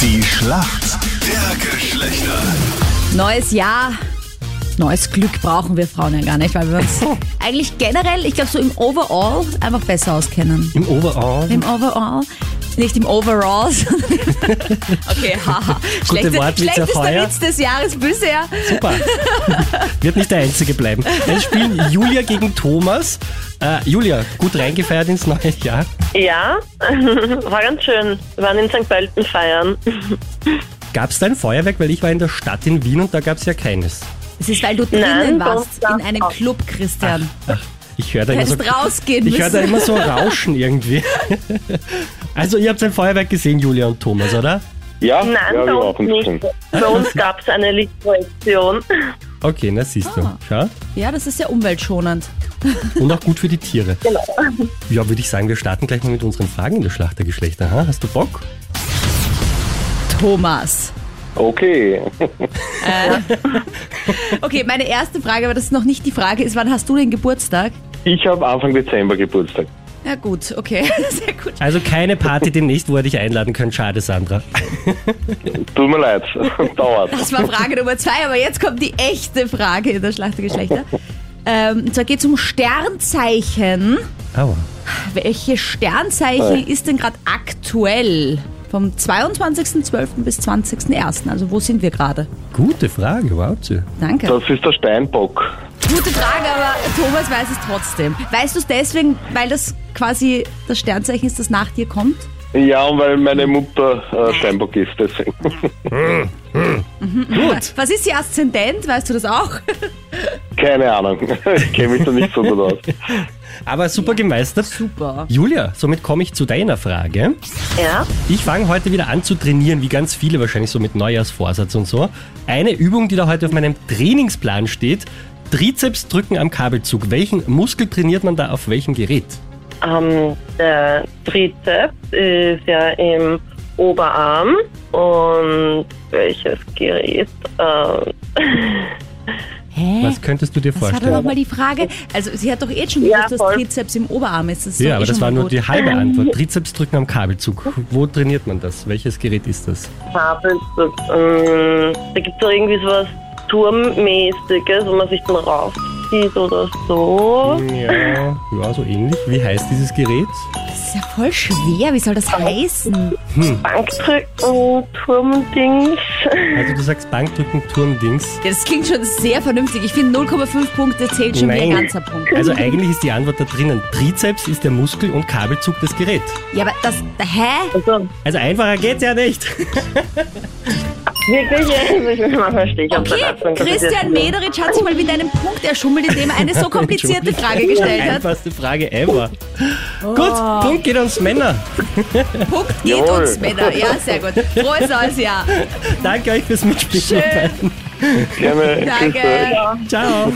Die Schlacht der Geschlechter. Neues Jahr, neues Glück brauchen wir Frauen ja gar nicht, weil wir uns eigentlich generell, ich glaube so im Overall, einfach besser auskennen. Im oh, Overall. Im Overall. Nicht im Overall, sondern im Okay, haha. Schlechte, Wortwitze auf schlechtester Heuer. Witz des Jahres bisher. Super. Wird nicht der Einzige bleiben. Es spielen Julia gegen Thomas. Äh, Julia, gut reingefeiert ins neue Jahr. Ja, war ganz schön. Wir waren in St. Pölten feiern. Gab es da ein Feuerwerk? Weil ich war in der Stadt in Wien und da gab es ja keines. Es ist, weil du drinnen Nein, warst, doch, in einem doch. Club, Christian. also, Ich höre da, Du immer so, hättest rausgehen ich hör da müssen. immer so Rauschen irgendwie. Also ihr habt ein Feuerwerk gesehen, Julia und Thomas, oder? Ja, Nein, ja, bei wir uns machen es schon. nicht. Bei uns gab es eine Lichtprojektion. Okay, na siehst du. Ah. Schau. Ja, das ist ja umweltschonend. Und auch gut für die Tiere. Genau. Ja, würde ich sagen, wir starten gleich mal mit unseren Fragen in der Schlacht der Geschlechter. Ha? Hast du Bock? Thomas. Äh, Okay, Okay, meine erste Frage, aber das ist noch nicht die Frage, ist, wann hast du den Geburtstag? ich habe Anfang Dezember Geburtstag. Ja gut, okay, sehr gut. Also keine Party demnächst, wo er dich einladen können. Schade, Sandra. Tut mir leid, dauert. Das war Frage Nummer zwei, aber jetzt kommt die echte Frage in der Schlacht der Geschlechter. Ähm, und zwar geht es um Sternzeichen. Aua. Welche Sternzeichen ist denn gerade aktuell? Vom 22.12. bis 20.01. Also wo sind wir gerade? Gute Frage, Wauze. Danke. Das ist der Steinbock. Gute Frage, aber Thomas weiß es trotzdem. Weißt du es deswegen, weil das quasi das Sternzeichen ist, das nach dir kommt? Ja, und weil meine Mutter äh, Steinbock ist, deswegen. Gut. Was ist ihr Aszendent? Weißt du das auch? Keine Ahnung, ich kenne mich da nicht so gut aus. Aber super gemeistert. Super. Julia, somit komme ich zu deiner Frage. Ja, Ich fange heute wieder an zu trainieren, wie ganz viele wahrscheinlich so mit Neujahrsvorsatz und so. Eine Übung, die da heute auf meinem Trainingsplan steht, Trizeps drücken am Kabelzug. Welchen Muskel trainiert man da auf welchem Gerät? ähm, der Trizeps ist ja im Oberarm. Und welches Gerät? Ähm, Hä? Was könntest du dir Das war doch vorstellen? nochmal die Frage. Also, sie hat doch eh schon Ja, gewusst, dass voll. Trizeps im Oberarm ist. Das ist Ja, doch eh aber das schon Äh, war mal nur gut. die halbe Antwort. Trizeps drücken am Kabelzug. Wo trainiert man das? Welches Gerät ist das? Kabel, das, ähm, da gibt es doch irgendwie so was Turmmäßiges, wo man sich dann raufzieht oder so. Hm. Ja, ja so ähnlich. Wie heißt dieses Gerät? Das ist ja voll schwer. Wie soll das heißen? Bankdrücken, Turmdings. Also du sagst Bankdrücken, Turmdings. Das klingt schon sehr vernünftig. Ich finde, 0,5 Punkte zählt schon wie ein Nein. ganzer Punkt. Also eigentlich ist die Antwort da drinnen. Trizeps ist der Muskel und Kabelzug das Gerät. Ja, aber das. Hä? Also, Also einfacher geht's ja nicht. wirklich, ich mal verstehe ich. Okay, Christian Mederitsch hat sich mal wieder einen Punkt erschummelt, indem er eine so komplizierte Frage gestellt hat. Oh. Einfachste Frage ever. Gut, Punkt geht uns Männer. Punkt geht Jawohl. uns, Männer. Ja, sehr gut. Frohes neues Jahr. Danke euch fürs Mitspielen. Schön. Gerne, grüß euch. Danke. Ciao.